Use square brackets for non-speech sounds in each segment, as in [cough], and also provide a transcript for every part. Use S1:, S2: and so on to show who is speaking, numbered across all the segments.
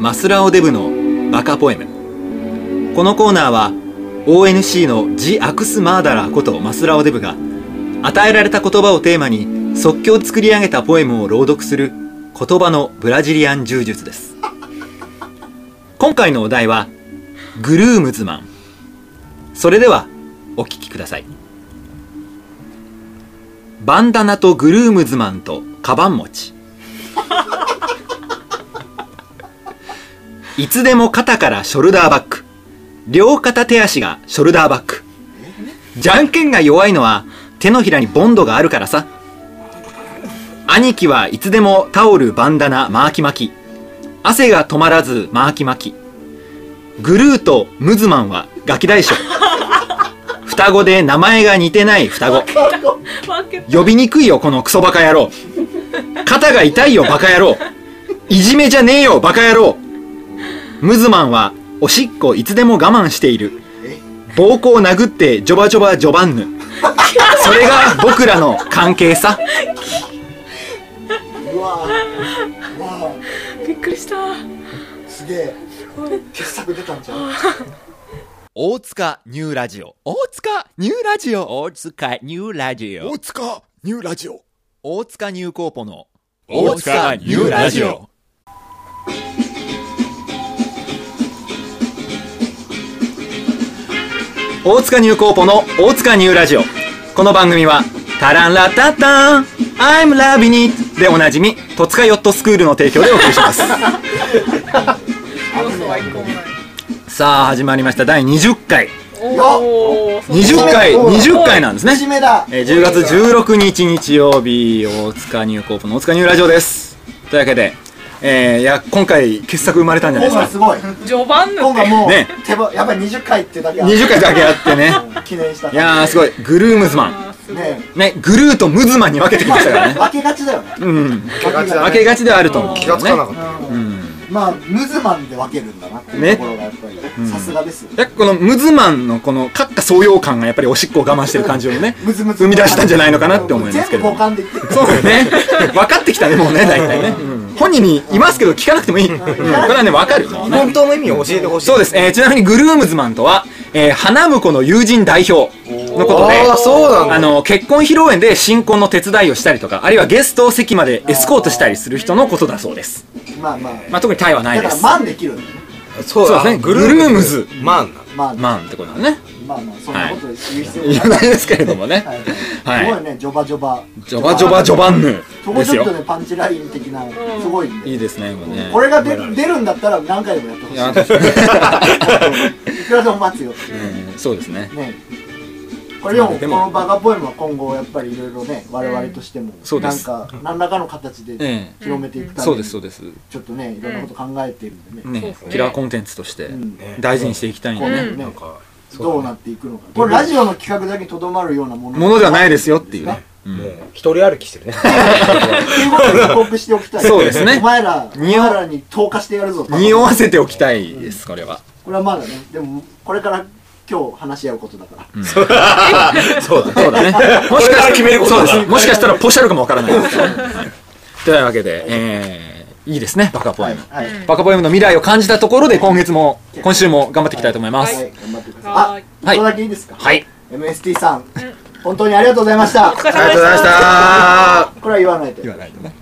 S1: マスラオデブのバカポエムこのコーナーは ONC のジ・アクス・マーダラーことマスラオデブが与えられた言葉をテーマに即興作り上げたポエムを朗読する言葉のブラジリアン柔術です今回のお題はグルームズマンそれではお聞きくださいバンダナとグルームズマンとカバン持ちいつでも肩からショルダーバック両肩手足がショルダーバックじゃんけんが弱いのは手のひらにボンドがあるからさ兄貴はいつでもタオルバンダナマーキマキ汗が止まらずマーキマキグルーとムズマンはガキ大将双子で名前が似てない双子
S2: 負け
S1: 呼びにくいよこのクソバカ野郎肩が痛いよバカ野郎いじめじゃねえよバカ野郎ムズマンはおしっこいつでも我慢している暴行を殴ってジョバジョバジョバンヌそれが僕らの関係さ
S3: うわーうわー
S2: びっくりした
S3: すげえ傑作出たんじゃん
S1: 大塚ニューラジオ大塚ニューラジオ大塚ニューラジ
S3: 大塚ニューラジオ
S1: 大塚ニューコーポの
S4: 大塚ニューラジオ
S1: 大塚ニューコーポの大塚ニューラジオこの番組は「タランラタタン I'm loving it」でおなじみ戸塚ヨットスクールの提供でお送りしますさあ始まりました第20回
S2: おお
S1: 20回
S3: おー
S1: 20回なんですね
S3: 節目だ
S1: えー10月16日日曜日大塚ニューコープの大塚ニューラジオですというわけで、えーいや今回傑作生まれたんじゃない
S3: 今
S1: で
S3: が
S1: す
S3: すごい
S2: 序盤の
S3: 今がもう
S1: ね
S3: 手ばやっぱり20回ってだけ
S1: か
S3: ある
S1: 20回だけあってね
S3: 記念した
S1: いやーすごいグルームズマ
S2: すごい
S3: ね
S1: ンねグルーとムズマンに分けてきましたからね
S3: 負けがちだよね
S1: うん
S5: 気がちだ
S1: 分
S5: ね
S1: けがちではあると思うけ
S5: 気
S1: ど
S5: が
S1: ね
S5: つかなかった
S1: うん
S3: まあムズマンで分けるんだなっていうところがやっぱりさすがですよ
S1: やっぱこのムズマンのこの閣下創用感がやっぱりおしっこを我慢してる感じをね
S3: ムズムズ
S1: 生み出したんじゃないのかなって思いますけ
S3: 全
S1: ど
S3: 部互換で言ってる
S1: そうだよね [laughs] 分かってきたねもうね大体ね本人にいますけど聞かなくてもいい、うん、これはね分かる
S5: 本当の意味を教えてほしい
S1: そうです、えーちなみにグルームズマンとは、えー花婿の友人代表のことで
S5: あーそうなんだ
S1: あの結婚披露宴で新婚の手伝いをしたりとかあるいはゲストを席までエスコートしたりする人のことだそうです、
S3: まあまあ
S1: まあ、特にタイはない
S3: だ
S1: で
S3: から
S1: す
S3: マンできるんだよね
S5: そう
S1: そうですね
S5: あの
S1: グルームズ
S5: グルームズマンな
S3: マン
S1: マンってことだね
S3: まあまあそんなこと言う必要
S1: 言わ
S3: ない
S1: ないですけれどもね
S3: はい
S1: [laughs] はい
S3: すごいねジョバジョバ
S1: ジョバジョバジョバンヌ
S3: そこ
S1: です
S3: ちょ
S1: よ
S3: っとねパンチライン的なすごいんで
S1: いいですね今ね
S3: これが出出るんだったら何回でもやってほしい [laughs]
S1: いや
S3: いくらでも待つよっていう
S1: うんそうですね
S3: ねこれでも
S1: で
S3: こ
S1: も
S3: のバカポエムは今後やっぱりいろいろね我々としても
S1: そうで
S3: なん
S1: す
S3: か何らかの形で
S1: ええ
S3: 広めていくた
S1: そ
S3: め
S1: うで
S3: に
S1: す
S3: ち
S1: そ
S3: ょ
S1: うです
S3: っとねいろんなこと考えてるんでね
S2: そう
S1: ね
S2: ですね
S1: キラーコンテンツとして
S3: うん
S1: 大事にしていきたいんで
S3: 今
S1: ね、
S3: 度
S5: なん
S3: ね
S5: か
S3: どうなっていくのかこれラジオの企画だけにとどまるようなもの
S1: ものではないですよっていうね
S5: もう一人歩きしてるね
S3: っていうことを予告しておきたい
S1: そうですね
S3: お前らお
S1: 匂
S3: 前らに投下してやるぞ
S1: 匂わせておきたいですこれは
S3: これはまだねでもこれから今日話し合うことだから
S5: そうだね
S1: そうだね。もしかしたら
S5: 決めること
S1: そう
S5: だ
S1: です。もしかしたらポシャルかもわからないです。というわけで、えー、いいですね、バカポエム。
S3: はいはい
S1: バカポエムの未来を感じたところで、今月も、今週も頑張っていきたいと思いま
S3: 頑
S1: す。
S3: 張ってくだ
S2: は
S3: さ
S2: ー
S3: い
S2: い
S3: あ一個だけいいですか
S1: はい。
S3: MST さん本当にありがとうございました
S2: お疲れ
S5: あり
S2: 様
S5: が
S2: で
S5: とうございま
S2: し
S5: したた
S3: これは言わないで
S1: ではないとね。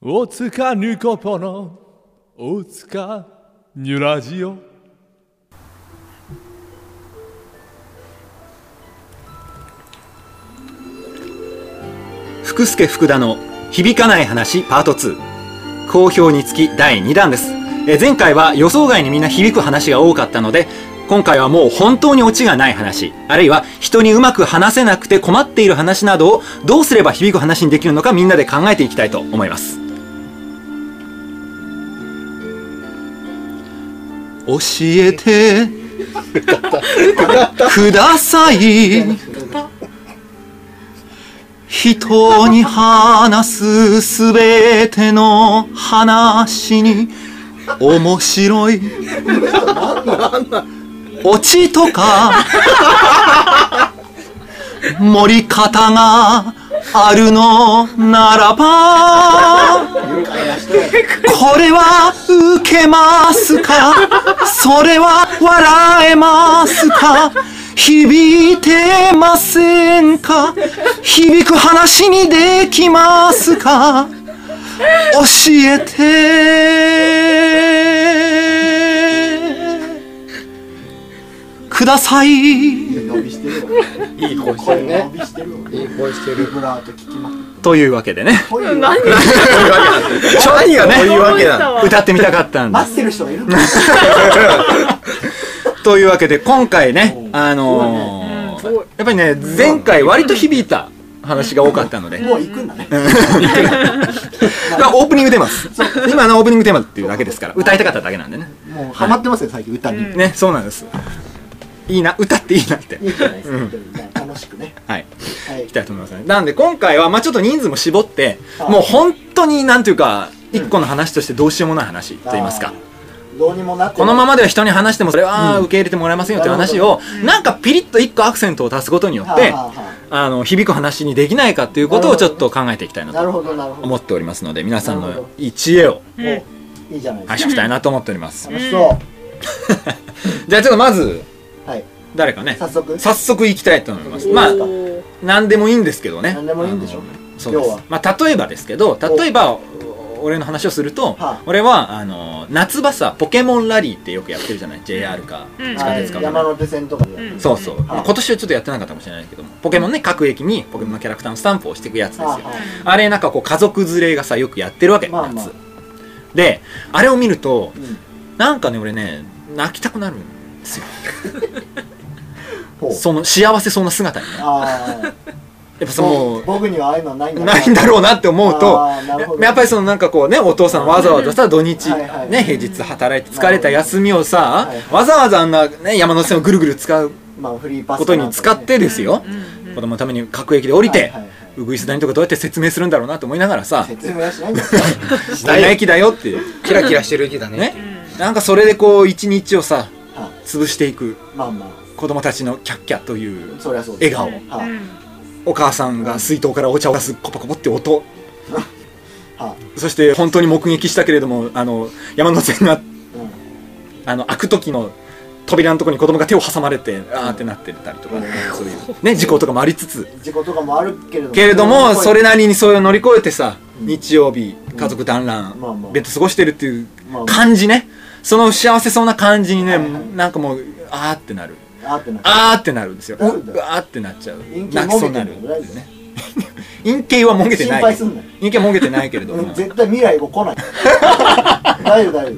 S4: 大塚ニュコポの大塚ニュラジオ
S1: 福助福田の響かない話パート2好評につき第2弾ですえー前回は予想外にみんな響く話が多かったので今回はもう本当にオチがない話あるいは人にうまく話せなくて困っている話などをどうすれば響く話にできるのかみんなで考えていきたいと思います教えて [laughs] ください人に話すすべての話に面白いオチとか盛り方があるのならば
S3: して
S1: これは受けますかそれは笑えますか響いてませんか響く話にできますか教えてください
S3: 伸びしてるよ
S5: いい声して
S3: 声
S5: るね
S3: 伸。びしてるよ
S5: いい声して
S3: ビ
S5: る。
S3: ブラート聞きまくって
S1: というわけでね
S3: こういう
S2: 何
S5: ちょっとね、こういうわけなの。
S2: の
S1: 歌ってみたかったんです
S3: 待ってる人がいるんだよ
S1: というわけで今回ねあの
S2: すごいねうんすご
S1: ー
S2: い
S1: やっぱりね前回割と響いた話が多かったので
S3: もう行くんだね
S1: まあオープニングテーマです今のオープニングテーマっていうだけですから歌いたかっただけなんでね
S3: もうハマってますよ最近歌に
S1: ねそうなんですいいな歌っていいなって
S3: いいじゃないですか本当にね楽しくね
S1: はい
S3: はい
S1: きたいと思いますねなんで今回はまあちょっと人数も絞って
S3: はい
S1: もう本当になんていうか一個の話としてどうしようもない話と言いますか
S3: どうにもなって
S1: このままでは人に話してもそれは受け入れてもらえませんよっていう話をなんかピリッと一個アクセントを足すことによっ
S3: は
S1: て
S3: あはあは
S1: あの響く話にできないかっていうことをちょっと考えていきたい
S3: あ
S1: な
S3: なる
S1: と
S3: ほどなるほど
S1: 思っておりますので皆さん
S3: なるほ
S1: の
S3: ど
S1: 一恵を
S3: おいいじゃないで
S1: 拝
S3: す
S1: 借したいなと思っております
S3: か楽しそ
S1: じゃあちょっとまず
S3: うはい
S1: 誰かね
S3: 早速
S1: 早速いきたいと思います
S3: うん
S1: まあ
S3: うん
S1: 何でもいいんですけどね
S3: 何でもいいんでしょ
S1: あのそうです
S3: 今日は
S1: まあ例えばですけど例えばお俺の話をすると、
S3: はい
S1: 俺はあの夏場さポケモンラリーってよくやってるじゃない JR か
S2: うん
S1: 地下
S3: は
S1: 鉄
S3: い
S1: かわかんない
S3: 山手線とかでやる
S2: うん
S1: そうそう、
S3: はい
S1: 今年はちょっとやってなかったかもしれないけどもポケモンね各駅にポケモンのキャラクターのスタンプを押していくやつですよ、
S3: はあは
S1: あれなんかこう家族連れがさよくやってるわけ、
S3: まあまあ
S1: 夏であれを見ると
S3: あうん
S1: なんかね俺ね泣きたくなるんですよ
S3: ほう
S1: その幸せそうな姿にねやっ
S3: ああ
S1: ぱその
S3: 僕にはああいうのはないんだ
S1: ないんだろうなって思うと
S3: あーなるほど
S1: ややっぱりそのなんかこうねお父さんわざわざさ土日
S3: はいはい
S1: ね平日働いて疲れた休みをさ
S3: はいはい
S1: わざわざあんなね山手線をぐるぐる使う
S3: まあフリーパス
S1: ことに使ってですよ子供のために各駅で降りて
S3: はいはいは
S1: ウグイス谷とかどうやって説明するんだろうなと思いながらさ
S3: 説明はしないんですよ
S1: 「こんな駅だよ」って
S5: キラキラしてる駅だね
S1: ね。なんかそれでこう一日をさ
S3: は
S1: 潰していく
S3: いまあまあ
S1: 子供たちのキャッキャという
S3: そりゃそうで
S1: 笑
S3: す
S1: 顔
S3: はい
S1: お母さんが水筒からお茶を出すコポコポって音
S3: は
S1: そして本当に目撃したけれどもあの山手線が
S3: いうん
S1: あの開く時の扉のところに子供が手を挟まれてあーってなってたりとか、
S3: うん
S1: そういう、ね、事故とかもありつつ
S3: 事故とかもあるけれども
S1: けれどもそれ
S3: な
S1: なりにそれを乗り越えてさ
S3: うん
S1: 日曜日家族団ら
S3: まあま
S1: ん
S3: あ
S1: 別途過ごしてるっていう
S3: まあまあ
S1: 感じねその幸せそうな感じにね
S3: はいはい
S1: なんかもうあーってなる
S3: あーってなって
S1: あーってなるんですよあ
S3: そうだよ
S1: ーってなっちゃう
S3: 陰茎
S1: 泣きそうになる
S3: もげてるよね
S1: 陰茎はもげてない
S3: 心配すんなよ
S1: 陰茎はもげてないけれどもだか
S3: 絶対未来が来ない大丈夫大丈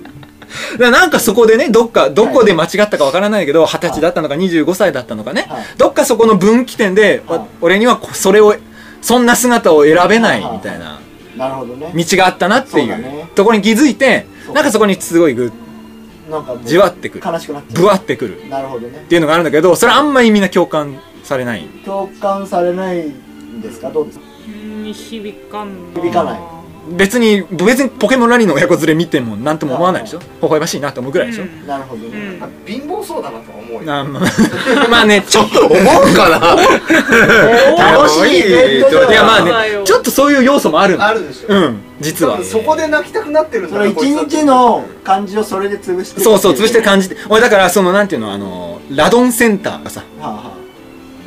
S1: らなんかそこでねどっかどこで間違ったかわからないけど二十歳だったのか25歳だったのかね
S3: はい
S1: どっかそこの分岐点で
S3: はい
S1: わ俺にはこそれをそんな姿を選べないみたいな
S3: 夫なるほどね
S1: 道があったなってい
S3: そうだね
S1: うところに気づいて
S3: そう
S1: なんかそこにすごいぐ
S3: なんかもう
S1: じわってくる
S3: 悲しくなっちゃう
S1: ぶわってくる
S3: なるほどね
S1: っていうのがあるんだけどそれあんまりみんな共感されない
S3: 共感されないんですかどうですか
S2: 響かん
S3: 響かない
S1: 別に別にポケモンラリーの親子連れ見てもなんとも思わないでしょ微笑ましいなと思うぐらいでしょ、
S2: うん
S3: なるほどね、
S2: うん
S5: 貧乏そうだなと思う
S1: あまあ [laughs] まあねちょっと
S5: 思うかな
S3: 楽しいイベントだ
S1: いやまあ
S2: そうだよ
S1: ねちょっとそういう要素もあるの
S6: あるでしょ
S1: うん実は
S6: そこで泣きたくなってるん
S3: そ
S6: だな
S3: の一
S6: こいつだって
S3: 日の感じをそれで潰して
S1: そうそう潰してる感じて俺だからそのなんていうのあのラドンセンターがさ
S3: はあは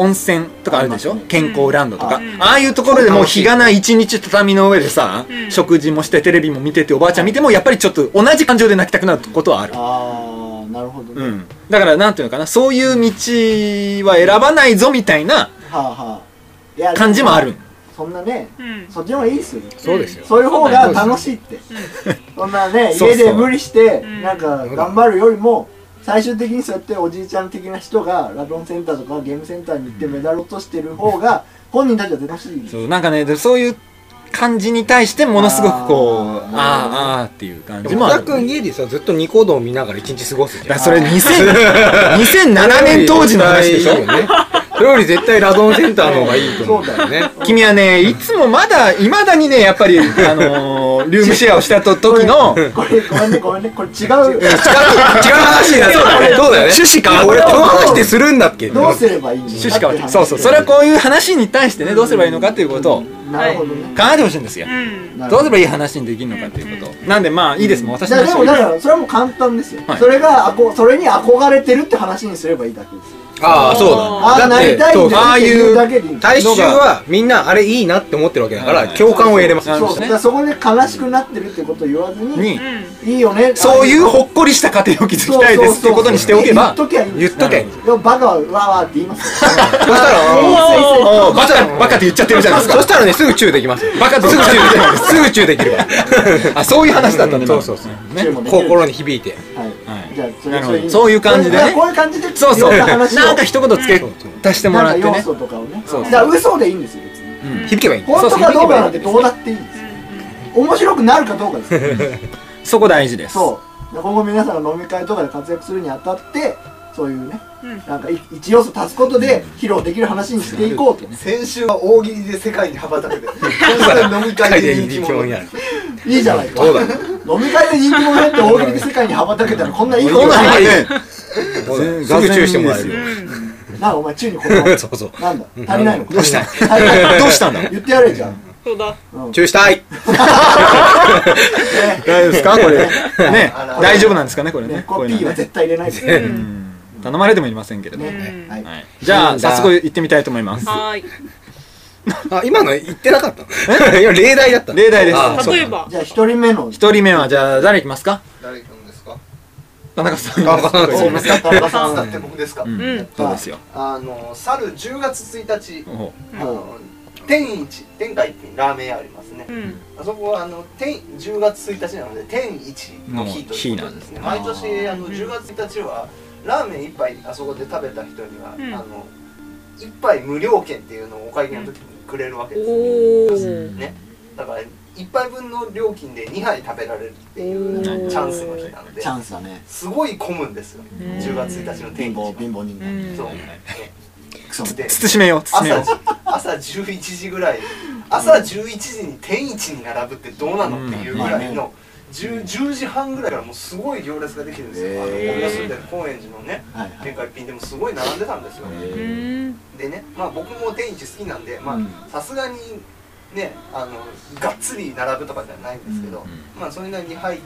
S1: 温泉とかあるでしょ、
S3: あります
S1: 健康ランドとか、
S2: うん
S1: ああいうところでもう日がない一日畳の上でさ、
S2: うん
S1: 食事もしてテレビも見てておばあちゃん見てもやっぱりちょっと同じ感情で泣きたくなることはある
S3: あ、あーなるほどね、
S1: う
S3: は
S1: ん、だからなんていうのかなそういう道は選ばないぞみたいな
S3: あはあいや
S1: 感じもある
S3: そんなね
S2: うん
S3: そっちの方がいいですよ
S5: そうですよ。
S3: そういう方が楽しいってそんなね
S1: そうそ
S3: 家
S1: う
S3: で無理して
S2: ん
S3: なんか頑張るよりも最終的にそうやっておじいちゃん的な人がラドンセンターとかゲームセンターに行ってメダル落としてる方が本人たちは楽しい
S1: そうなんかねでそういう感じに対してものすごくこうあー
S3: あー
S1: あーっていう感
S5: で
S1: じ
S5: も
S1: も
S5: 小
S1: あ
S5: 田
S1: る
S5: 君家でさずっとニコ動見ながら一日過ごすじ
S1: だ
S5: ゃ
S1: から
S5: ん
S1: [laughs] それ2000 2007年当時の話でしょ
S5: いいよね料理絶対ラドンセンターの方がいいと思うんだよね。
S1: 君はね、いつもまだ、いまだにね、やっぱり、あのー、ルームシェアをしたと時の、
S3: これこれごめんねごめんね
S1: [laughs]
S3: これ違う
S5: 違う、違う話になっちゃうね。そうだよね。
S1: 趣旨変わっ
S5: 俺、
S1: た
S5: この話ってするんだっけ
S3: どうすればいいの
S1: 趣旨変わってる
S5: そうそう
S1: それはこういう話に対してね、どうすればいいのかっていうことを考
S3: なるほどね
S1: えてほしいんですよ。
S2: うん。
S1: どうすればいい話にできるのかっていうこと。なんで、まあ、いいですもん、私
S3: じ
S1: の
S3: ゃあで
S1: 話
S3: もだ
S1: は。
S3: からそれはもう簡単ですよ、
S1: はい
S3: それがあこそれに憧れてるって話にすればいいだけですよ
S5: ああ、そう
S3: あ
S5: だ。
S3: あなりたいんです
S5: あ
S3: っ
S5: あ
S3: て
S5: い
S3: いう
S5: う
S3: だけでいいんです
S5: 大衆はみんなあれいいなって思ってるわけだから
S1: はい
S5: 共感を得れます
S1: なるほ
S3: そ
S1: どね
S3: うだからそこで悲しくなってるってことを言わずに
S1: に、
S3: いいよね
S1: そういうほっこりした家庭を築きたいですってことにしておけば、
S3: 言っときゃいいんで
S5: 言っ
S3: す
S5: とけそし
S3: でもバカはわーわーって言
S1: [laughs]
S3: いますよ [laughs]
S5: たら
S1: おーバカ、バカって言っちゃってるじゃないです
S5: そ
S1: か。
S5: したらねすぐチューできます
S1: バカって
S5: すぐ
S1: 言っ
S5: チ
S1: ち
S5: ュ
S1: ゃっ
S5: ー
S1: てる
S5: で
S1: じゃないで
S5: きま
S1: す
S5: すすぐチューできるわ
S1: か。あ、そういう話だったんだ、
S5: そうそうそう
S1: ね
S3: 注文できる
S5: 心に響いて
S3: はい、
S1: はい
S3: じゃあそ
S1: な
S3: れ
S1: る
S3: そ
S1: ほど
S3: れいい
S1: そういう感じでね
S3: これこういう感じで
S1: そうそう。
S3: いろんな
S1: な
S3: 話を
S1: んか一言付け足してもらって
S3: なんか
S1: ね
S3: 要。素とかをね
S5: そうそう
S3: だから嘘でいいんですよ別に
S5: 響けばいいんだ
S3: 本当かどうかなんてどうだっていいんですよ面白くなるかどうかですよ
S1: そこ大事です。
S3: そう今後皆さんが飲み会とかで活躍するにあたってそういうね、なんかい一要素足すことで披露できる話に [laughs] していこうと、
S6: 先週は大喜利で世界に羽ばたくで今回飲み会で人気者になる
S3: いいじゃないか
S5: そうだね
S3: 飲み会で人気者になって大喜利で世界に羽ばたけたらこんないいこ
S1: ことんな
S3: な
S1: [laughs]
S3: い
S1: んね
S5: そうだねすぐチューしてもらえるよ
S3: なあお前宙に転
S5: そうそう
S3: なんだ足りないのか
S5: どうしたい
S3: 足りない
S1: どうしたんだ
S3: 言ってやれじゃん
S2: そうだ。
S5: チューしたい
S1: 大丈夫ですかこれ。ね
S6: あらあ、ら
S1: 大丈夫なんですかねこれね。こ
S3: コ
S1: う
S3: ピ
S1: いうの
S3: ー
S1: は
S3: は
S1: ね
S3: 絶対入れないで
S2: う
S3: ね
S2: ん。
S1: 頼まれてもいませんけれど。は
S3: ねはい
S1: いじゃあ、早速行ってみたいと思います。
S2: はーい。
S5: あ今の言ってなかったの今例題だったの
S1: 例題です
S5: あそう
S2: 例えば。
S3: じゃあ一人目の
S1: 一人目は、じゃあ、誰行きますか
S6: 誰くんですか
S1: 田中さん。
S5: 田中さん
S1: そうです
S5: [laughs]
S3: [laughs]
S1: か
S6: 田中さんだって僕ですか、
S1: うん
S2: うん
S1: そうですよ。
S6: あの去る10月1日、
S1: おう
S6: あの天一天下一品ラーメン屋ありますね、
S2: うん。
S6: あそこはあの天10月1日なので天一の日ということですね
S1: うん
S6: 毎年あの10月1日はラーメン一杯あそこで食べた人には、
S2: うん
S6: あの一杯無料券っていうのをお会計の時にくれるわけですよ
S2: お
S1: う
S2: ー。
S1: ん
S6: ねだから一杯分の料金で2杯食べられるっていう
S2: うん
S6: チャンスの日なので
S3: チャンスだね
S6: すごい混むんですよ
S2: ん
S6: 10月1日の天
S3: 貧
S6: 一
S3: 乏貧
S6: は
S3: 乏人
S2: う
S3: 間
S2: ん
S6: そう
S3: クソ [laughs]
S6: で
S1: 慎めよう、慎めよう。
S6: 朝朝11時ぐらい朝11時に天一に並ぶってどうなのっていうぐらいの 10, 10時半ぐらいからもうすごい行列ができるんですよあの
S3: へー
S6: 僕が住んでる高円寺のね
S3: はいはい
S6: 天下一品でもすごい並んでたんですよ
S2: うん。
S6: でねまあ僕も天一好きなんでま
S3: うん
S6: あさすがにねあのがっつり並ぶとかじゃないんですけどまあそれなりに入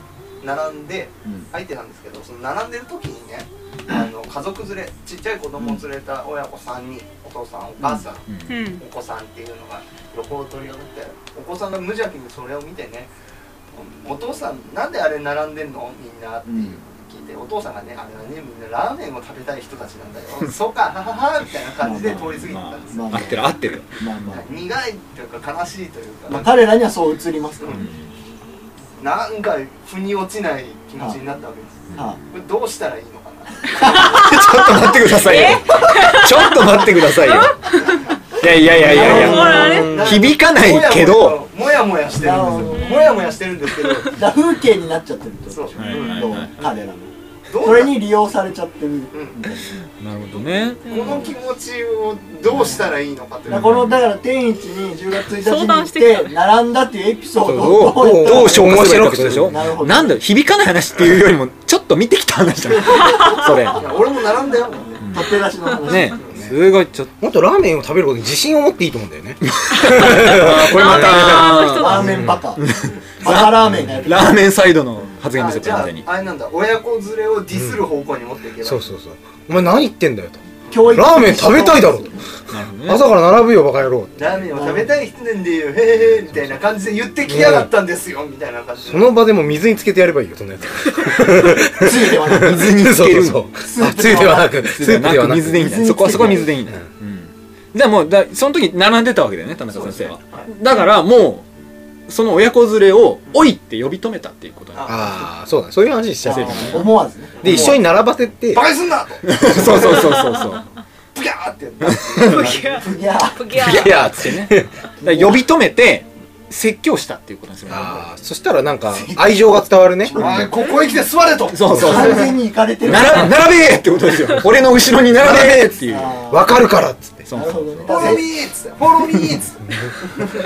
S6: 並んで
S3: うん
S6: 入ってたんですけどその並んでる時にねあの家族連れちっちゃい子供を連れた親子3人お父さんお母さん
S2: うん。
S6: お子さんっていうのが横を取り囲ってお子さんが無邪気にそれを見てね「お父さんなんであれ並んでんのみんな」っていう聞いて、お父さんがね「あれはねみんなラーメンを食べたい人たちなんだよそうかははは」みたいな感じで通り過ぎてたんですよ
S1: 合ってる、合ってるよ。
S3: まあまあ
S6: 苦いというか悲しいというか、
S3: まあ彼らにはそう映りますからね
S6: なんか腑に落ちない気持ちになったわけです
S3: は
S6: これどうしたらいいのかな
S1: ちょっと待ってください
S5: [laughs]
S1: よ。ちょっと待ってくださいよ。いやいやいやいやい
S2: ほら
S1: や。
S2: あれ
S6: なんか
S1: 響かないけど
S6: もやもやもやしてるんですよもやもやしてるんですけど
S3: いじゃあ風景になっちゃってるってこと
S6: そう、
S3: でし
S1: はい
S6: うん
S1: はい
S3: ょ彼らの
S6: どう
S3: それに利用されちゃってる
S6: うん
S1: なるほどね。
S6: この気持ちをどうしたらいいのかって
S3: だからこのだから天一に10月1日に
S2: 相
S3: 行
S2: 談
S3: っ
S2: してきた
S3: て並んだっていうエピソード
S5: どう
S3: を
S5: ど
S1: ど
S5: う
S1: う
S5: 消
S1: 消
S5: 化
S1: 化
S5: す
S1: す
S5: る
S1: る
S5: か
S1: か
S5: っ
S1: っててことと
S5: こで
S1: で
S5: し
S1: し
S5: ょ
S1: ょ
S3: なるほど
S1: なんだよ、響かない話っていうよりも、ちょっと見てきた話じゃん。それ。
S6: いや俺も並んだよ、
S3: 立て出しの話
S1: ねすごい、ちょっと。
S5: もっとラーメンを食べることに自信を持っていいと思うんだよね
S1: これま
S2: あの人
S1: た、
S3: ラーメンバカバカラーメンがやる
S1: ラーメンサイドの発言で
S6: あ
S1: すよ、
S6: じゃ
S1: 完全に
S6: あ。あれなんだ親子連れをディスる方向に持っていけばいい、
S5: そうそうそうお前何言ってんだよと
S3: 教育
S5: ラーメン食べたいだろ
S1: なるほどね。
S5: 朝から並ぶよバカ野郎
S6: ラーメンを食べたい人なんでよへへへみたいな感じで言ってきやがったんですよみたいな感じ
S5: そ
S6: で
S5: の場でも水につけてやればいいよそんなやつ
S3: ついてはない
S5: 水につける [laughs] そうそうそうあつゆではなくスープではなく
S1: 水でいいんだ。そこは、そこは水でいいんだ。うん。じゃあもう、だその時、並んでたわけだよね、田中先生は。だから、もう、その親子連れを、おいって呼び止めたっていうことになる
S5: ああそうだそういう話しちゃう
S3: 思わずね
S5: で一緒に並ばせて
S6: バカにすんな
S1: [laughs]
S6: と
S1: そうそうそうそうそう。
S6: ブギャーってやった
S2: プギャー。
S3: いや
S2: プギャ
S1: [laughs]
S2: ー。
S5: いやつってね
S1: だから呼び止めて説教したっていうことですよね
S5: ああ、そしたらなんか、愛情が伝わ
S1: [laughs]
S5: るね。
S6: おいここへ来て座れと
S1: そうそう
S3: 完全に行かれてる
S1: なら並べーってことですよ俺の後ろに並べーっていう
S3: あ
S5: わかるからっつって。
S1: そう
S3: ーな
S1: そ
S3: る
S1: う
S3: ほどね
S6: フォローミーっつってフォローミーっつ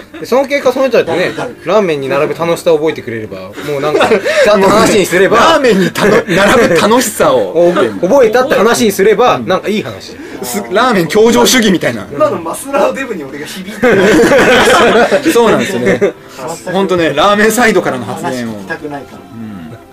S6: って
S5: でその結果、その人だってね、ラーメンに並べ楽しさを覚えてくれれば、もうなんか、ちゃんと話にすれ
S1: ラー
S5: ば、
S1: メンにたの並ぶ楽しさを
S5: お覚えたって話にすれば、なんかいい話。
S1: [laughs] すラーメン協情主義みたいな
S6: 今のマスラーデブに俺が響いてる
S1: [laughs] そうなんですよね本当ねラーメンサイドからの発
S3: 話
S1: 言を
S3: 聞きたくないから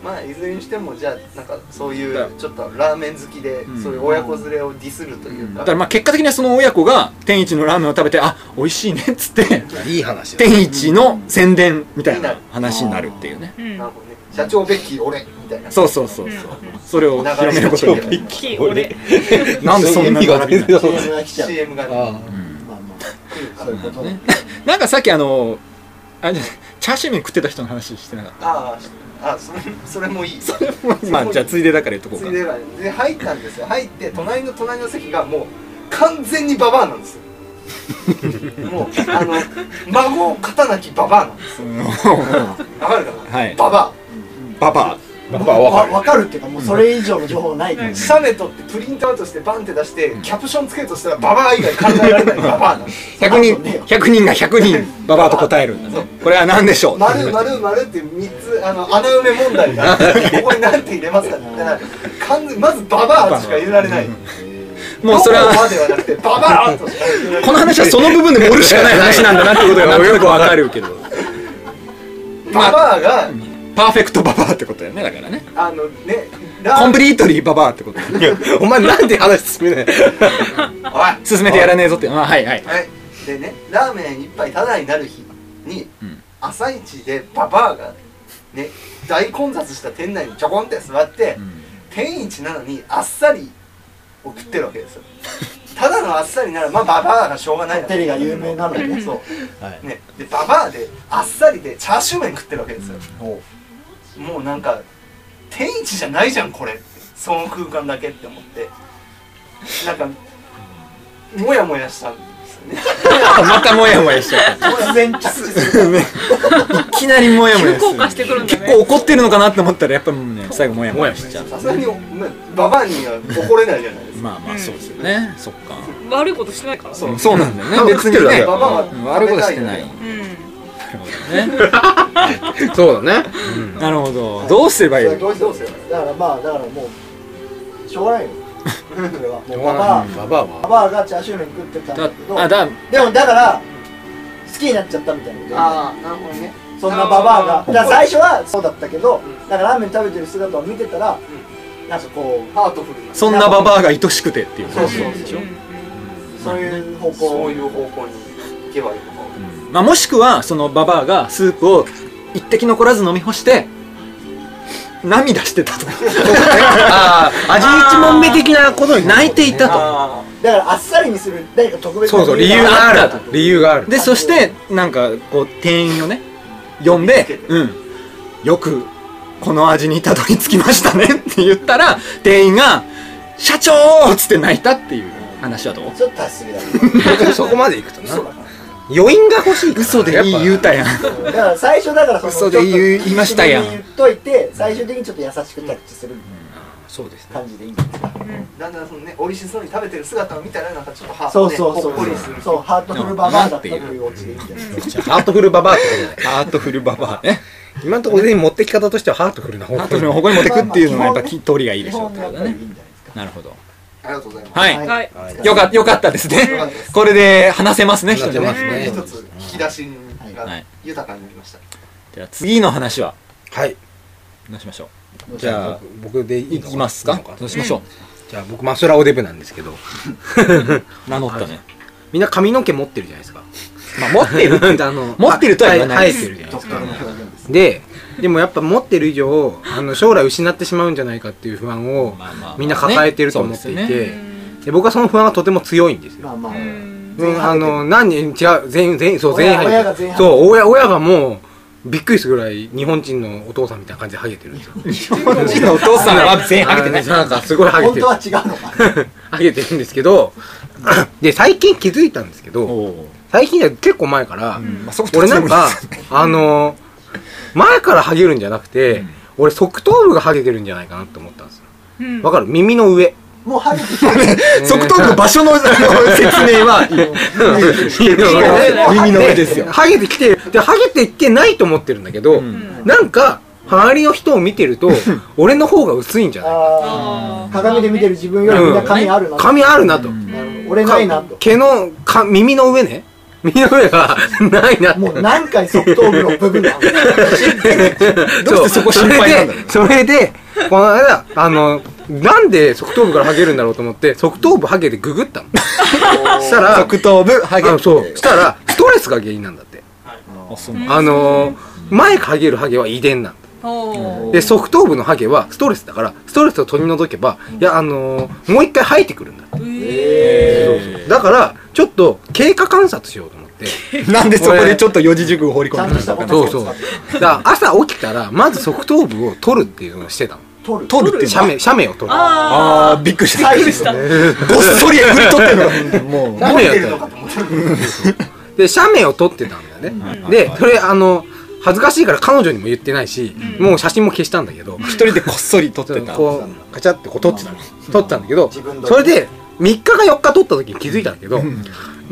S6: まあいずれにしてもじゃあなんかそういうちょっとラーメン好きで、そういう親子連れをディスるというか、
S1: だからまあ結果的にはその親子が天一のラーメンを食べてあ美味しいねっつって
S5: いい話だ。
S1: 天一の宣伝みたいな話になるっていうね
S2: うん
S6: なるほどね社長ベッキー俺みたいな
S1: そうそうそうそうそれを広めることに
S2: き俺
S1: [laughs] なんでそんな
S5: 意味が
S1: 並び
S5: 全
S1: なの
S5: 然そ
S3: CM が
S5: う
S3: 来ちゃう
S6: CM が
S5: あ
S3: まあまあそういうことね
S1: [laughs] なんかさっきあのあれじゃないチャーシュー麺食ってた人の話してなかっ
S6: あああそれそれもいい
S1: たまあじゃあついでだから言っとこう
S6: つ
S1: か
S6: いではで入ったんですよ入って隣の隣の席がもう完全にババアなんです
S1: [laughs]
S6: よもうあの孫を肩なきババアなんですよわかるかな、
S1: はい
S6: ババ
S1: [laughs] ババ
S5: あ。まあ、わか
S3: わ
S5: る。
S3: わかるっていうかもうそれ以上の情報ないから
S6: ア写メ撮ってプリントアウトしてバンって出してキャプションつけるとしたらババア以外考えられないババアなんです
S1: [laughs] 100人100人が100人ババアと答えるんだねこれは何でしょう
S6: 丸丸丸って三つあの穴埋め問
S1: [laughs]
S6: 題があってここに何て入れますかって言ったら完全まずババアとしか入れられない
S1: もうそれ
S6: ババア
S1: は
S6: ではなくてババアとしか入れられない
S1: この話はその部分で盛るしかない話なんだなってこと [laughs] がよくわかるけど
S6: ババアが
S1: パーフェクトババアってことだよねだからね
S6: あのねラー
S1: コンプリートリーババアってことだよね
S5: お前なんで話進めない
S6: おい
S1: 進めてやらねえぞ [laughs] っていうのははいはい
S6: はい、でねラーメン一杯タダになる日に、朝一でババアがね大混雑した店内にちょこんって座って、天一なのにあっさりを食ってるわけですよただのあっさりならまあババアがしょうがないな
S3: テレが有名なのね
S6: そう、ね、でババアであっさりでチャーシュー麺食ってるわけですよ、もうなんか天一じゃないじゃんこれってその空間だけって思ってなんかモヤモヤしたんですよね
S1: またモヤモヤしちゃっ
S3: 突然着地す
S1: [laughs]
S3: る
S1: たいきなりモヤモ
S2: 急
S1: ヤす
S2: 降
S1: る
S2: 下してくるんだ
S1: 結構
S2: ね
S1: 怒ってるのかなって思ったらやっぱもう
S5: [laughs]
S1: ね最後モヤモヤしちゃう
S6: さすがに、まあ、ババアには怒れないじゃないですか。
S1: まあまあそうですよねそっか
S2: 悪いことしてないから
S1: うんそうなんだよね別に
S6: だ
S1: ね
S6: けババアは
S1: うん悪いことしてない
S2: うん
S5: そうだね。
S1: なるほどどうすればいい
S3: どうしようだからまあだからもうしょうがないよそれはもうババア
S5: ババア
S3: バ
S5: は。
S3: バアがチャーシュー麺食ってたんだ
S1: だ
S3: けど
S1: あだ
S3: でもだから好きになっちゃったみたいなこと
S6: ああ、なるほどね。
S3: そんなババアがだから最初はそうだったけどだからラーメン食べてる姿を見てたらなんかこう
S6: ハートフルな。
S1: そんなババアが愛しくてっていう
S3: そうそう
S2: うんうん
S3: そういう方
S6: そう
S3: 向
S6: いう方向に行けばいいのか。
S1: まあ、もしくはそのババアがスープを一滴残らず飲み干して涙してたと
S5: [laughs] ああ、味一問目的なことに
S1: 泣いていたと
S6: あ
S3: だからあっさりにする何か特別な
S5: そうそう、理由がある。理由
S1: [laughs]
S5: がある。
S1: でそしてなんかこう店員をね呼んで「うんよくこの味にたどり着きましたね」 [laughs] って言ったら店員が「社長!」っつって泣いたっていう話はどう
S3: ちょっと達すぎだ
S5: 僕そこまで行くとな。余韻が欲しいから。
S1: 嘘でいい言うたやん
S3: だから最初だからその
S1: 嘘で言う言いましたやん
S3: ちょっと一緒に言っといて最終的にちょっと優しくタッチするみたい
S5: そうです
S3: な感じでいいんですか
S6: あ。だんだんそのね、美味しそうに食べてる姿を見たら、なんかちょっとハー
S3: そ
S6: ト
S3: う
S6: ね、
S3: そうそ
S6: ほ
S3: う
S6: っこりする。
S3: そうハートフルババアだったというオチでいいんじゃないですか
S5: ハートフルババアってことだよ
S1: ハートフルババアね
S5: 今のところ全員持ってき方としてはハートフルな方
S1: ハートフルの
S5: 向に
S1: ここに持ってくっていうのがやっぱき通りがいいで
S3: 基
S1: しょうっ
S3: 本
S1: てこ
S3: やっ
S1: とだ
S3: ぱりいい
S1: ね
S3: んじゃないですか
S1: なるほど
S6: ありがとうございます。
S1: はい
S2: はい
S1: よかよかったですね
S6: かったです
S1: これで話せますね人
S5: な
S1: に
S5: って
S1: ね
S5: ま
S6: こ
S5: す
S6: れで
S5: ね
S6: 一。つ引き出し
S1: は
S6: が
S1: い
S6: 豊かになりました。
S1: じゃあ次の話は
S5: はい。
S1: どうしましょ
S5: じゃあ、僕で
S1: う
S5: い
S1: いきますかどうしましょ
S5: じゃあ、僕、マスラオデブなんですけど、
S1: う名乗ったね
S5: みんな髪の毛持ってるじゃないですか。
S1: まあ持ってる
S5: あ [laughs] の
S1: 持ってるとは言わない
S5: 生えてるじゃないですか。
S3: 独特の表現です
S5: で、でもやっぱ持ってる以上、あの将来失ってしまうんじゃないかっていう不安を
S1: まあまあまあね
S5: みんな抱えてると思ってい
S1: そうで
S5: て、で僕はその不安がとても強いんですよ。
S3: まあまあ
S5: うん、あの、何人、違う、全員、全員、そう、全
S3: 親
S5: 員ハゲ
S3: 親が全員
S5: そう、親、親がもう、びっくりするぐらい日本人のお父さんみたいな感じでハゲてるんですよ。
S1: うち [laughs] のお父さんは全員ハゲてない
S5: あの [laughs] なんかすごいハゲ
S3: 本
S5: て
S3: 当
S5: る。 [laughs]
S3: は違うのか
S5: ハゲてるんですけど、で、最近気づいたんですけど、
S1: おー
S5: 最近じゃ結構前から、
S1: まあ、そこ
S5: 俺なんか
S1: 立ち、
S5: あのー前からハゲるんじゃなくて、俺側頭部がハゲてるんじゃないかなって思ったんですよ。
S2: うん
S5: わかる耳の上。
S3: もうハゲてきた
S1: でもない側頭部の場所のあの説明はいい
S5: 耳の
S1: 上耳の上ですよ
S5: ハゲてきてる。で、ハゲてきてないと思ってるんだけど、
S2: うん
S5: なんか、周りの人を見てると、俺の方が薄いんじゃない
S3: あ
S2: あ
S3: ー
S2: ー
S3: 鏡で見てる自分よりみんな髪あるな
S5: 髪あるなと。
S3: なるほど俺ないな
S5: か
S3: と
S5: 毛のか、耳の上ね。耳の上が [laughs] ないなって。
S3: もう何回側頭部の部分が
S5: ど
S1: うしてそこ心配なんだろう
S5: それで、それでこの間、あの、なんで側頭部からハゲるんだろうと思って、側頭部ハゲてググっ
S1: [laughs]
S5: たの。したら、
S1: 側頭部ハゲ
S5: あのそう。したら、ストレスが原因なんだって。
S1: あそうなんだ
S5: あのー、前ハゲるハゲは遺伝なんだ。
S2: おー
S5: で、側頭部のハゲはストレスだから、ストレスを取り除けば、いや、あのー、もう一回生えてくるんだ。だから、ちょっと経過観察しようと思って。
S1: なんでそこでちょっと四字熟語放り
S3: ち
S1: 込ん
S3: ゃんと
S1: だ
S3: したこと
S5: そうそう。だから朝起きたら、まず側頭部を取るっていうのをしてたの。
S3: 取る
S1: 取るっていうの
S5: 斜面、斜面を取る。
S2: あ
S1: ああびっくりした
S3: 最
S1: ご
S3: 後
S1: っ
S3: にした
S1: そりえぐり取ってんのもう
S7: 何
S5: 何を
S7: をやっ
S5: やっ
S7: てて
S5: る
S7: る
S5: の
S7: の
S5: か
S7: か
S5: と
S7: と
S5: 思
S7: 思
S5: っ
S7: ってて
S5: で、写メを撮ってたんだよね。で、それ、あの、恥ずかしいから彼女にも言ってないし、もう写真も消したんだけど、
S1: 一人でこっそり取
S5: ち
S1: っ
S5: ょ
S1: て
S5: っ
S1: た
S5: とこう、ガチャってこう撮ってたの。撮ってたんだけど、
S7: 自分の
S5: それで、3日か4日撮った時に気づいたんだけど、やっ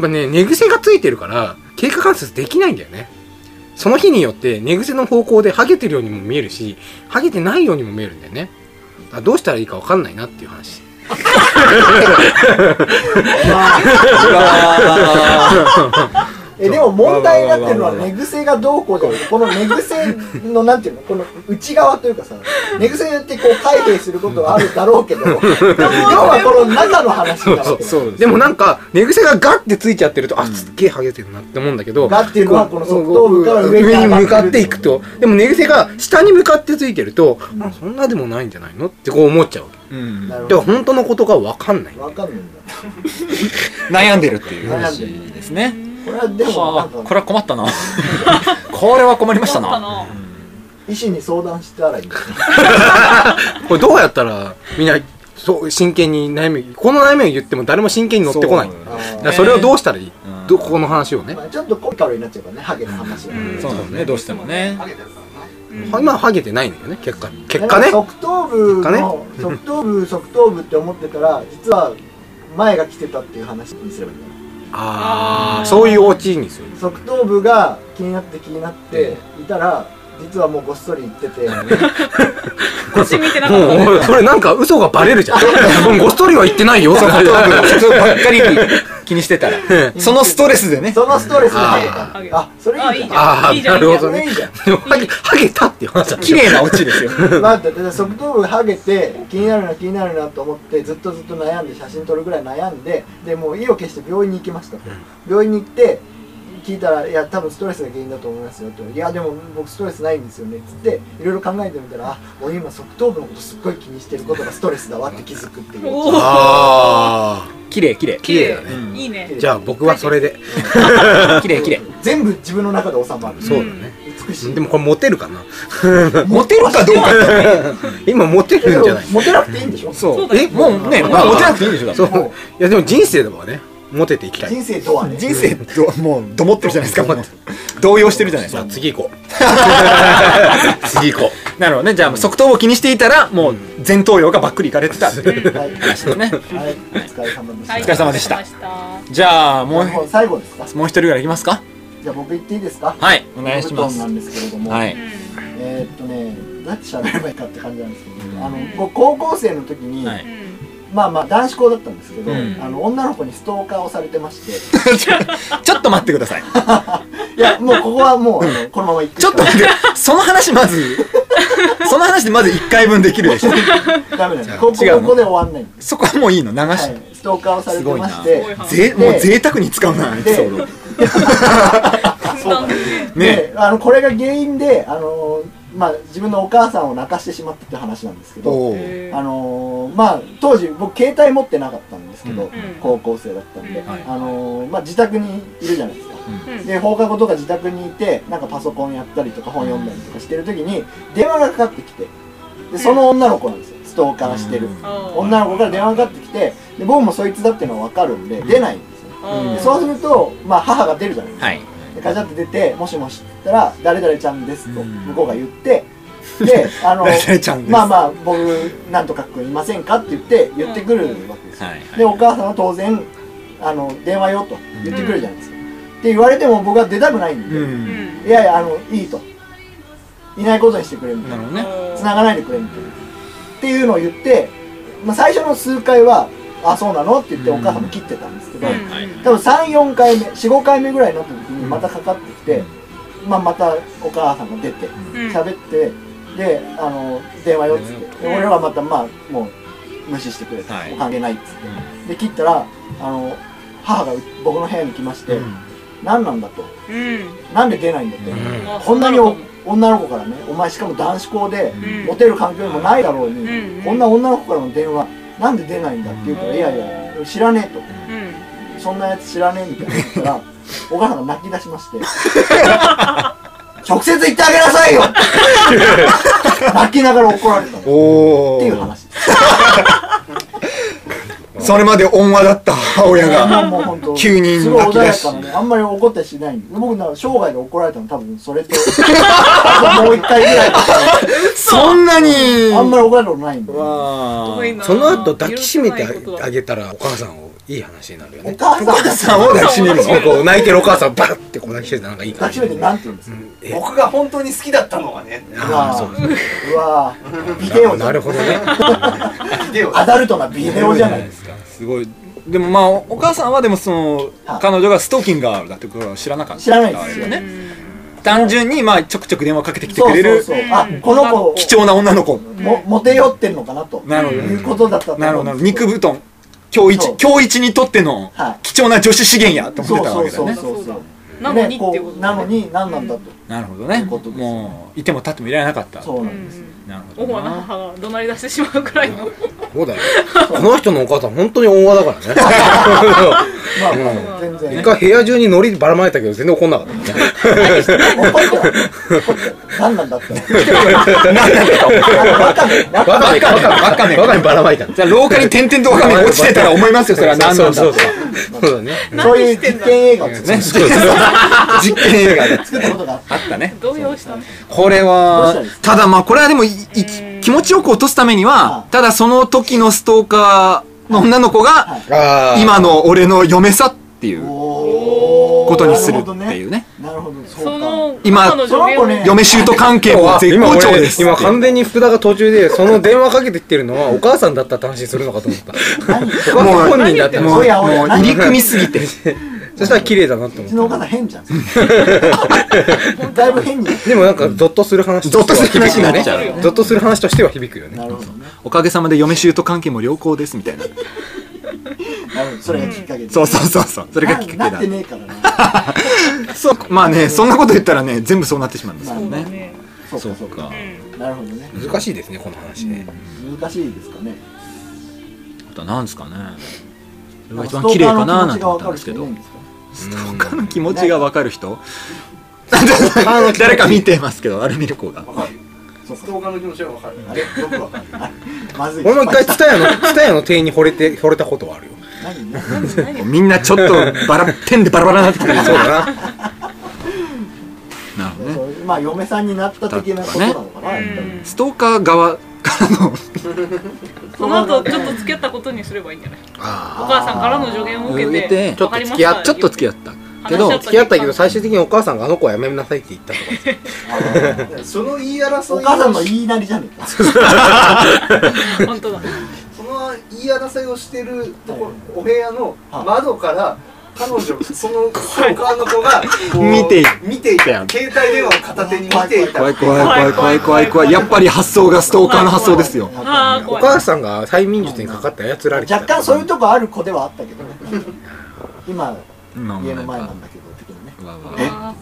S5: ぱね、寝癖がついてるから、経過観察できないんだよね。その日によって、寝癖の方向でハゲてるようにも見えるし、ハゲてないようにも見えるんだよね。だからどうしたらいいかわかんないなっていう話。
S3: えでも問題になってるのは寝癖がどうこうじゃなくてこの寝癖のなんていうのこの内側というかさ寝癖ってこう開閉することはあるだろう
S5: [laughs]
S3: けど要はこの中の話だわけ
S1: そうです
S5: でもなんか、寝癖がガッてついちゃってると、あ、すっげえハゲてるなって思うんだけど、
S3: がっていうのはこの側頭部から上に
S5: 上に
S3: 上がってる
S5: 向かっていくと、でも寝癖が下に向かってついてると、あそんなでもないんじゃないのってこう思っちゃう。
S1: うん
S3: なるほ
S5: で
S3: ど
S5: も本当のことがわかんない。
S3: わかんないんだ
S1: 悩んでるっていう
S3: 悩
S1: 話
S3: んでる
S1: ですね
S3: これはでも
S1: は
S3: な
S1: あ
S3: んか
S1: これは困ったなこれは困りました
S2: 困った
S1: な
S2: な
S3: 医師に相談したらいいんだ
S5: これどうやったら、みんな、そう、真剣に悩み、この悩みを言っても誰も真剣に乗ってこない。
S1: そう
S5: だ
S3: あー
S5: からそれをどうしたらいい
S1: うん
S5: どここの話をね
S3: ま。あちょっと今回になっちゃうからねハゲの話は
S2: うん
S1: そうなんねどうしてもね
S7: ハゲてるから
S5: 今はハゲてないんだよね、結果。結果ね。
S3: 側頭部
S5: 結果
S3: の側頭部側頭部って思ってたら実は前が来てたっていう話にすればいいんだ
S5: ああ、そういうオチにする。
S3: 側頭部が気になって気になっていたら実はもうごっそり言ってて
S2: 腰見てなかったね
S5: もう、それなんか嘘がバレるじ
S1: [laughs]
S5: ゃん。もうごっそりは言ってないよ。
S1: そうそうそうばっかり気にしてたらそのストレスでね
S3: そのストレスがハゲた
S2: あー
S3: あそれいいじゃん
S5: ああ、
S2: いいじゃ
S5: なん
S2: いいじゃん
S5: るほ
S3: そ
S5: ど
S3: れい
S5: ね
S3: い。じゃん
S5: でもハゲ、ハゲたっていう話だ
S1: 綺麗なオチですよ
S3: まあ、だって側頭部ハゲて気になるな気になるなと思ってずっとずっと悩んで写真撮るぐらい悩んででもう意を決して病院に行きましたと病院に行って聞いたら「いや多分ストレスが原因だと思いますよ」と「いやでも僕ストレスないんですよね」っつっていろいろ考えてみたら「あ俺今側頭部のことすっごい気にしてることがストレスだわ」って気づくっていう
S2: おー
S5: あ
S1: 綺麗綺麗
S2: 綺麗
S5: 綺麗
S1: ね
S2: いいね
S5: あ。じゃあ僕はそれで。
S1: 綺麗綺麗
S3: 全部自分の中で収まる
S5: そうだね。
S3: 美しい
S5: でもこれモテるかな
S1: モテるかどうか
S5: [laughs] 今モテるんじゃない
S3: モテなくていいんでしょ
S1: そう
S2: だよ
S1: えもうねまあモテなくていいんでしょだって
S5: そう。いやでも人生でもね、モテていきたい。
S3: 人生とはね
S1: 人生どもうどもってるじゃないですかもう動揺してるじゃないで
S5: じゃあ
S1: すか
S5: 次行
S1: [laughs]
S5: こう。次行こう。
S1: なるほどねじゃあ側頭部を気にしていたらもう前頭葉がばっくりいかれてた
S3: はい、
S1: 話ですね
S3: はい、お疲れ様でした、
S2: はい
S1: お疲れ様でした
S2: お疲れ様でし
S1: じゃあもう
S3: もう最後ですか
S1: もう一人ぐらいいきますか
S3: じゃあ僕言っていいですか
S1: はいお願いします
S3: 座布団なんですけれども、
S1: はい [laughs]
S3: えーっとね何て喋ればいいかって感じなんですけど、あの僕高校生の時に、
S1: はい
S2: うんうん
S3: まあまあ男子校だったんですけど、
S1: うん
S3: あの女の子にストーカーをされてまして
S1: ちょっと待ってくださ [laughs] い
S3: いやもうここはもうあのこのまま行く
S1: ちょっと待ってその話まずその話でまず1回分できるで [laughs] しょ
S3: とダメなんですここ
S1: 違うの
S3: ここで終わんないんで
S1: そこはもういいの流し
S3: す、はい、ストーカーをされてまし
S2: すごい
S3: て
S2: な
S1: ぜもう贅沢に使うなエピソード
S2: 簡単でね
S1: ね
S3: であのこれが原因であのまあ自分のお母さんを泣かしてしまったって話なんですけど
S1: おー
S2: へー
S3: あのーまあ当時僕携帯持ってなかったんですけど、
S1: うん
S3: 高校生だったんで、
S2: うんはい
S3: あのーまあ自宅にいるじゃないですか、
S2: うん
S3: で放課後とか自宅にいてなんかパソコンやったりとか本読んだりとかしてる時に電話がかかってきてでその女の子なんですよストーカーしてる、
S1: うん
S2: あー
S3: 女の子から電話がかかってきてで僕もそいつだっていうのは分かるんで出ないんですよ
S2: うん
S3: そうすると、まあ、母が出るじゃないですか、
S8: はい
S3: でガチャって出て「もしもし」って言ったら「誰々ちゃんです」と向こうが言って、であの
S8: 誰々ちゃんです
S3: まあまあ僕なんとかくんいませんかって言って言ってくるわけですよ、
S8: はいはい
S3: でお母さんは当然あの「電話よ」と言ってくるじゃないですか、って言われても僕は出たくないんで、
S2: うんん
S3: いやいやあのいいといないことにしてくれみたい
S8: な
S3: な
S8: るほど
S2: ね
S8: ね
S3: 繋がないでくれみたいなっていうのを言って、まあ、最初の数回は「あそうなの?」って言ってお母さんも切ってたんですけど、
S2: うん
S8: はいはい
S3: 多分34回目45回目ぐらいになった時にまたかかってきて、まあ、またお母さんが出て
S2: うん
S3: 喋ってであの電話よっつって、で俺らはまたまあもう無視してくれて、
S8: はい
S3: もう関係ないっつって、で切ったらあの母が僕の部屋に来まして「何なんだ?」と
S2: うん
S3: 「なんで出ないんだ?」って。
S5: うん
S2: あ
S3: こんなに
S2: そう
S3: お
S2: かも
S3: 女の子からねお前しかも男子校で、
S2: うん
S3: モテる環境にもないだろうに、
S2: うんうん
S3: こんな女の子からの電話なんで出ないんだって言うから、
S2: うん
S3: いやいや知らねえと、
S2: うん
S3: そんなやつ知らねえみたいな言ったらお母さんが泣き出しまして直接言ってあげなさいよ泣きながら怒られたって
S1: お
S3: いう
S1: お
S3: 話
S1: それまで温和だった母親
S3: もう
S1: が
S3: もう本当
S1: [laughs] 急に
S3: すごい
S1: 泣き
S3: 穏
S1: 出
S3: や
S1: し
S3: かなねあんまり怒ったりしないんで僕なんか生涯で怒られたの多分それともう一回ぐらいとか
S1: そんなに
S3: あんまり怒られたことないんで
S1: わー
S5: その後抱きしめて
S2: 許せないことだ
S5: あげたらお母さんをいい話になるよ
S3: お
S5: ね
S3: 母さんが
S1: さを抱きしめる
S5: そうこう泣いてるお母さんをバッてこう抱きしめてなんかいい
S3: 抱
S5: 感
S3: きし
S5: じ
S3: めてなんて言うんですか
S5: え
S6: 僕が本当に好きだったのはね、
S3: う
S5: あ
S3: わ
S5: あそう
S3: ぁうわぁビデオじゃ
S5: なる
S3: ん
S5: ほどね
S6: では
S3: アダルトなビデオじゃないですか
S5: か
S1: すごいでもまあお母さんはでもその
S3: はい
S1: 彼女がストーキングがあるだってことは知らなかった
S3: 知らないですよ
S1: ね単純にまあちょくちょく電話かけてきてくれ
S3: そう
S1: る
S3: そうそうあこの子
S1: 貴重な女の子
S3: もモテ寄ってんのかなと
S1: なるほど
S3: いうことだったと
S1: なる
S3: 思う
S1: ほど
S3: んですけ
S1: 肉布団今日
S3: そ
S1: 一
S3: う
S1: 今日一にとっての
S3: はい
S1: 貴重な女子資源やと思っ
S3: そ
S1: て
S3: う
S1: たわ
S3: そう
S1: けだよ
S3: そう
S1: ね
S3: そうそう
S2: なのに
S3: ね
S2: っていうこ
S3: ことうなのに何なんだと
S1: なるほどね
S3: ことです
S1: もういても立ってもいられなかった
S3: そう
S2: う
S3: なんです
S2: ん
S1: なるほ
S2: 思
S1: ど
S2: わぬ
S1: な
S2: 母が怒鳴り出してしまうくらいの
S5: そうだよこの人のお母さん本当に温和だからね
S3: まあまあ全然
S5: 一回部屋中に海苔ばらまいたけど全然怒んなかったもんね
S3: 怒ってた怒ってた何なんだって
S5: バカめバカめバカめバカめばらまいた
S1: じゃあ廊下に点々とお金落ちてたら思いますよそれは何なんだ
S5: そうそうそうそうだね
S3: そういう実験映画を
S1: ねそうそう [laughs] 実験映画で
S3: 作ったことがあっ
S1: あったね
S2: 動揺したね
S1: これ
S3: どうし
S1: は
S3: たらいいです
S1: ただまあこれはでもいい気持ちよく落とすためには
S3: はい
S1: ただその時のストーカーの女の子が
S3: はい
S5: あー
S1: 今の俺の嫁さってい
S3: た
S1: う
S3: おー
S1: ことにするっていうね
S3: なるほどそ
S2: そ
S3: うか
S2: の
S1: 今
S2: 母の助言をね
S1: 嫁姑関係も絶
S5: 今
S1: 好調
S5: 俺
S1: です
S5: 今完全に福田が途中でその電話かけてきてるのはお母さんだったって話するのかと思ったお母さん本人だって
S1: もう
S3: おやおや
S1: もう入り組みすぎて
S5: そしたら綺麗だなって
S3: う
S5: 思
S3: ちの
S5: っ
S3: お母さん変じゃんだいぶ変に
S5: たでもなんかゾッとする話
S1: ゾ
S5: と
S1: ッとする
S5: しては響
S1: 話
S5: く
S1: にな
S5: よ
S1: っちゃうよ
S5: ねゾッとする話としては響くよね
S3: なるほどね
S1: おかげさまで嫁姑関係も良好ですみたいな
S3: なるほどそれがきっかけで
S1: そうそうそうそうそ
S3: そ
S1: れがきっかけ
S3: な
S1: だ
S3: ってねえからな
S1: そうまあねそんなこと言ったらね全部そうなってしまうんですよ
S2: そうだ
S1: ね
S2: ね
S3: そうかそうかなるほどね
S5: 難しいですねこの話ね
S3: 難しいですかね
S1: あとなんですかねそれが一番綺麗かななんて思ったんですけど他の気持ちが分かる人 [laughs] 誰か見てますけどアルミ旅行が
S3: そう
S6: ス
S3: か
S6: トーカーの気持ちはわかる。
S3: あれよくわかんないまずい
S5: 俺も一回ツタヤのツタヤの店員に惚れて惚れたことはあるよ
S3: 何ね
S1: みんなちょっとバラ点でバラバラになってくる
S5: そうだな
S1: なるほどね
S3: そういうまあ嫁さんになった的なことなのかなやっぱり
S1: ストーカー側からの
S2: その後ちょっと付き合ったことにすればいいんじゃないお
S5: あ
S2: 母さんからの助言を受けて
S1: ちょっと付き合っちょっと付き合
S2: っ
S1: った
S2: た
S1: けど
S5: ー付き合ったけど最終的にお母さんがあの子はやめなさいって言ったとか
S3: あ
S6: その言い
S3: ー
S6: 争
S3: お
S6: い
S3: 母さんの
S6: をし
S3: 言いなりじゃねえか
S2: 本
S5: [laughs]
S2: 当だ
S6: その言い争いをしてるところお部屋の窓から彼女そのストーカーの子がこう
S1: 見てい
S6: 見ていた
S1: やん
S6: 携帯電話を片手に見ていた
S1: 怖い怖い怖い怖い怖い怖いやっぱり発想がストーカーの発想ですよ
S2: ああ
S5: お
S2: 怖い
S5: 母さんが催眠術にかかって操られてた
S3: 若干そういうとこある子ではあったけどね今
S1: 今も
S3: 家
S1: うな
S3: の
S1: ん
S3: 前な
S1: か
S3: んだけど的なね
S1: うわうわ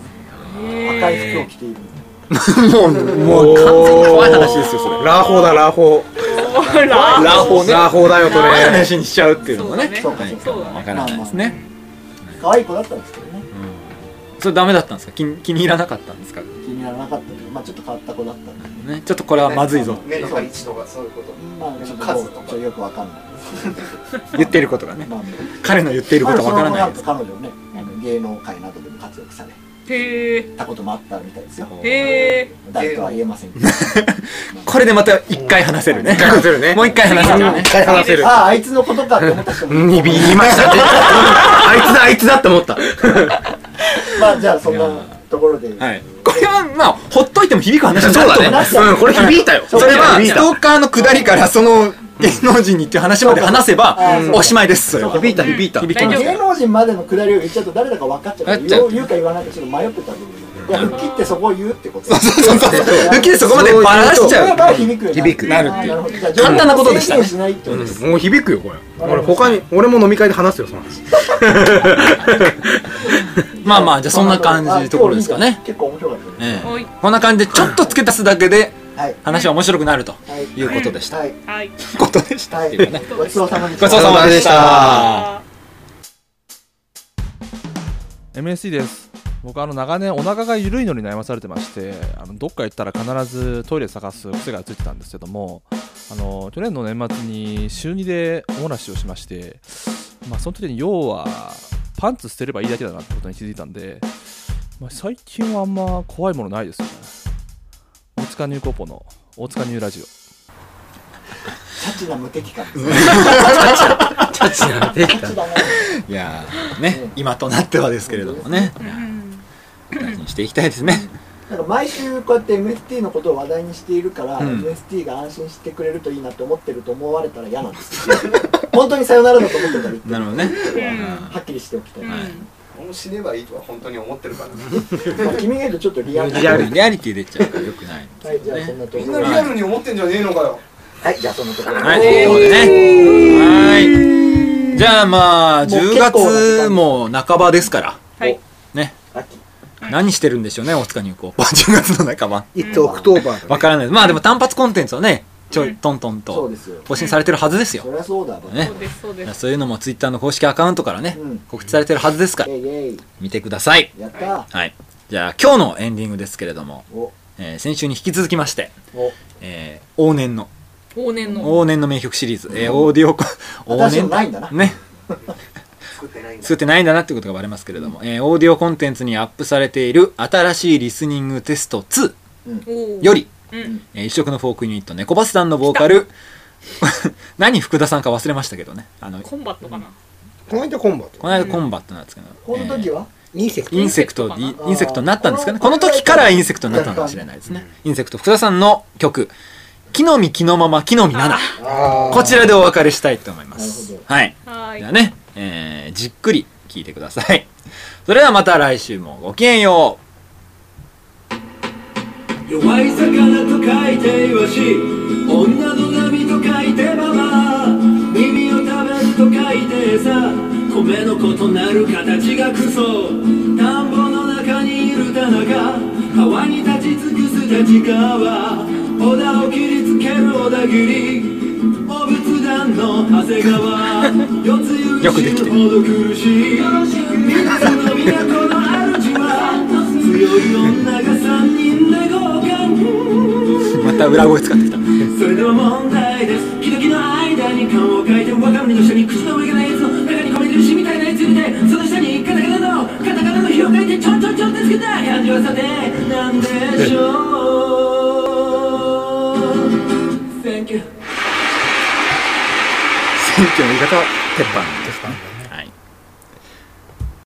S2: あー
S3: 赤い
S2: へ
S3: 服
S2: ー
S3: を着ている
S1: もうもう完全に怖い話ですよそれ
S5: ラーホーだラーホー
S2: ほら
S1: [laughs] ラーホーね
S5: ラーホーだよそ
S1: 怖い
S5: れ
S1: 話にしちゃうっていうの
S2: そ
S1: が
S2: うだ
S1: ね
S2: ね
S3: そうかそうか
S2: そうだ
S1: わ
S2: ね
S1: からないですね
S3: 可愛い子だったんですけどね
S1: それダメだったんですか気に気に入らなかったんですか
S3: 気にならなかったけどまあちょっと変わった子だったんで
S1: ねちょっとこれはまずい [laughs] ぞ
S6: 目の位置とかそういうこと
S3: まあちょっと
S6: 数と
S3: こう
S6: か
S3: ちょっとよくわかんない
S1: 言ってることがね
S3: まあ
S1: 彼の言っていることはわからないです
S3: 彼女ねあの芸能界などでも活躍され
S2: へえ
S3: たこともあったみたいですよ
S2: へえ
S3: 誰とは言えませんけど
S1: これでまた一回話せるね
S5: 話せ
S1: [laughs]
S5: るね
S1: もう一回話せるね
S5: 一回話せる
S3: あああいつのことかって思った
S1: [laughs]
S3: 人も
S5: にび言いましたってあいつだあいつだって思った
S3: まあじゃあそんなところで
S1: はいこれはまあほっといても響く話
S5: そう
S1: だ
S5: だねうんこれ響いたよ
S1: それは
S5: 響い
S1: ス
S5: た
S1: トーカーの下りからその芸能人にっていう話まで話せば
S3: あーそうか
S1: おしまいですそれは
S3: そうか響いた
S2: 響いた
S1: 響きまし
S2: 大
S1: た
S3: 芸能人までのくだりを言っちゃうと誰だか分かっちゃうから
S1: 分かっちゃ
S3: 言
S1: う
S3: う言うか言わないかちょっと迷ってた部分いや吹きってそこを言うってことそう
S1: そうそうそう抜きでそこまでバラしち
S3: それ
S1: ゃう
S3: が響くよ
S1: 響くなるっていう
S3: ほどじゃあ
S1: 簡単なことでしたね
S3: 制限しないってことです
S5: うんもう響くよこれ俺他に俺も飲み会で話すよその話
S1: まあまあじゃあそんな感じのところですかね
S3: 結構面白かったで
S1: え
S3: す
S2: はい
S1: えこんな感じでちょっと付け足すだけで
S3: はい
S1: 話は面白くなると
S3: はい
S1: いうことでした
S3: はい
S2: はい
S1: ことで [laughs] したっていうかね
S3: ごちそうさまでし
S1: ご
S3: た
S1: ちそうさまでした
S2: あー
S4: MSC です僕あの長年お腹が緩いのに悩まされてましてあのどっか行ったら必ずトイレ探す癖がついてたんですけどもあの去年の年末に週2でおもらしをしまして、まあ、その時に要はパンツ捨てればいいだけだなってことに気づいたんで、まあ、最近はあんま怖いものないですよね大塚ニューコーポの大塚ニューラジオ
S3: チャチな無敵感
S5: チャチなできた
S3: チだない
S1: やーね今となってはですけれどもね大事にしていきたいですね
S3: なんか毎週こうやって MST のことを話題にしているから、
S1: うん
S3: MST が安心してくれるといいなって思ってると思われたら嫌なんで
S1: [laughs]
S3: すよ本当にさよならだと思ってたら言って
S1: なるほどね
S3: はっきりしておきたい、
S6: もう死ねばいいとは本当に思ってるから
S3: まあ、君が言うとちょっとリアルな
S1: リアルリアリティ出ちゃうからよくない
S3: はいじゃあそんなと
S6: み
S3: こ
S6: ん
S3: ろ
S6: な
S3: で
S6: リアルに思ってんじゃねえのかよ
S3: はいじゃあそんなところで、
S1: はい、ということでね。はい。じゃあまあ、
S3: もう
S1: 10
S3: 結構な時間
S1: 月も半ばですから。
S2: はい
S1: ね。
S3: 秋
S1: 何してるんでしょうね、大塚入
S3: [laughs]
S1: 校。10月の半ば。
S5: いつオクトーバーだ
S1: わからないです。まあでも単発コンテンツはね、ちょい、トントン
S3: そう
S1: と
S3: ですよ
S1: 更新されてるはずですよ。
S3: そりゃそうだば、
S1: ね
S2: そうですそうです
S1: そういうのもツイッターの公式アカウントからね
S3: うん、
S1: 告知されてるはずですから
S3: イ、ェイイェ
S1: 見てください。
S3: イやった、
S1: はい。じゃあ今日のエンディングですけれども、
S3: お
S1: えー先週に引き続きまして、
S3: お
S1: えー往年の、
S2: 往年の
S1: 往年の名曲シリーズ、えーオーディオコ、往
S3: 私のないんだな
S1: ね。
S6: 作ってないんだ
S1: 作ってないんだなってことがバレますけれども、えーオーディオコンテンツにアップされている新しいリスニングテスト2
S2: おー
S1: より、
S2: うん
S1: えー異色のフォークユニット猫バスさんのボーカル [laughs] 何福田さんか忘れましたけどねあの
S2: コンバットかな
S5: この間コンバット
S1: この間コンバットなんですけど、
S3: この時
S1: えー
S3: は、
S5: 隕石
S1: インセクト
S2: インセクトか
S1: インセクトになったんですかねこの時からインセクトになったのかもしれないですね、インセクト福田さんの曲「木の実木のまま木の実7」
S5: あ
S1: こちらでお別れしたいと思います
S3: なる
S1: はい
S2: はーい
S1: じゃあね、えーじっくり聞いてください。 [laughs] それではまた来週もごきげんよう。
S9: 弱い魚と書いてイワシ女の波と書いてママ耳を食べると書いて餌米の異なる形がクソ田んぼの中にいる棚が川に立ち尽くす立川小田を切りつける小田切お仏壇の長谷川四つ湯
S1: よくできてる
S9: ほど苦しい水の都の主は強い女が三人で交換
S1: また裏声使ってきた。 [laughs]
S9: それでは問題ですキドキの間に缶を書いてわかめの下に口の上がないやつの中に込めてる死みたいなやつ入れてその下にカタカナのカタカナの火を書いてちょんちょんちょんってつけた感じはさてなんでしょう Thank you
S1: 選挙の言い方は鉄板ですかね。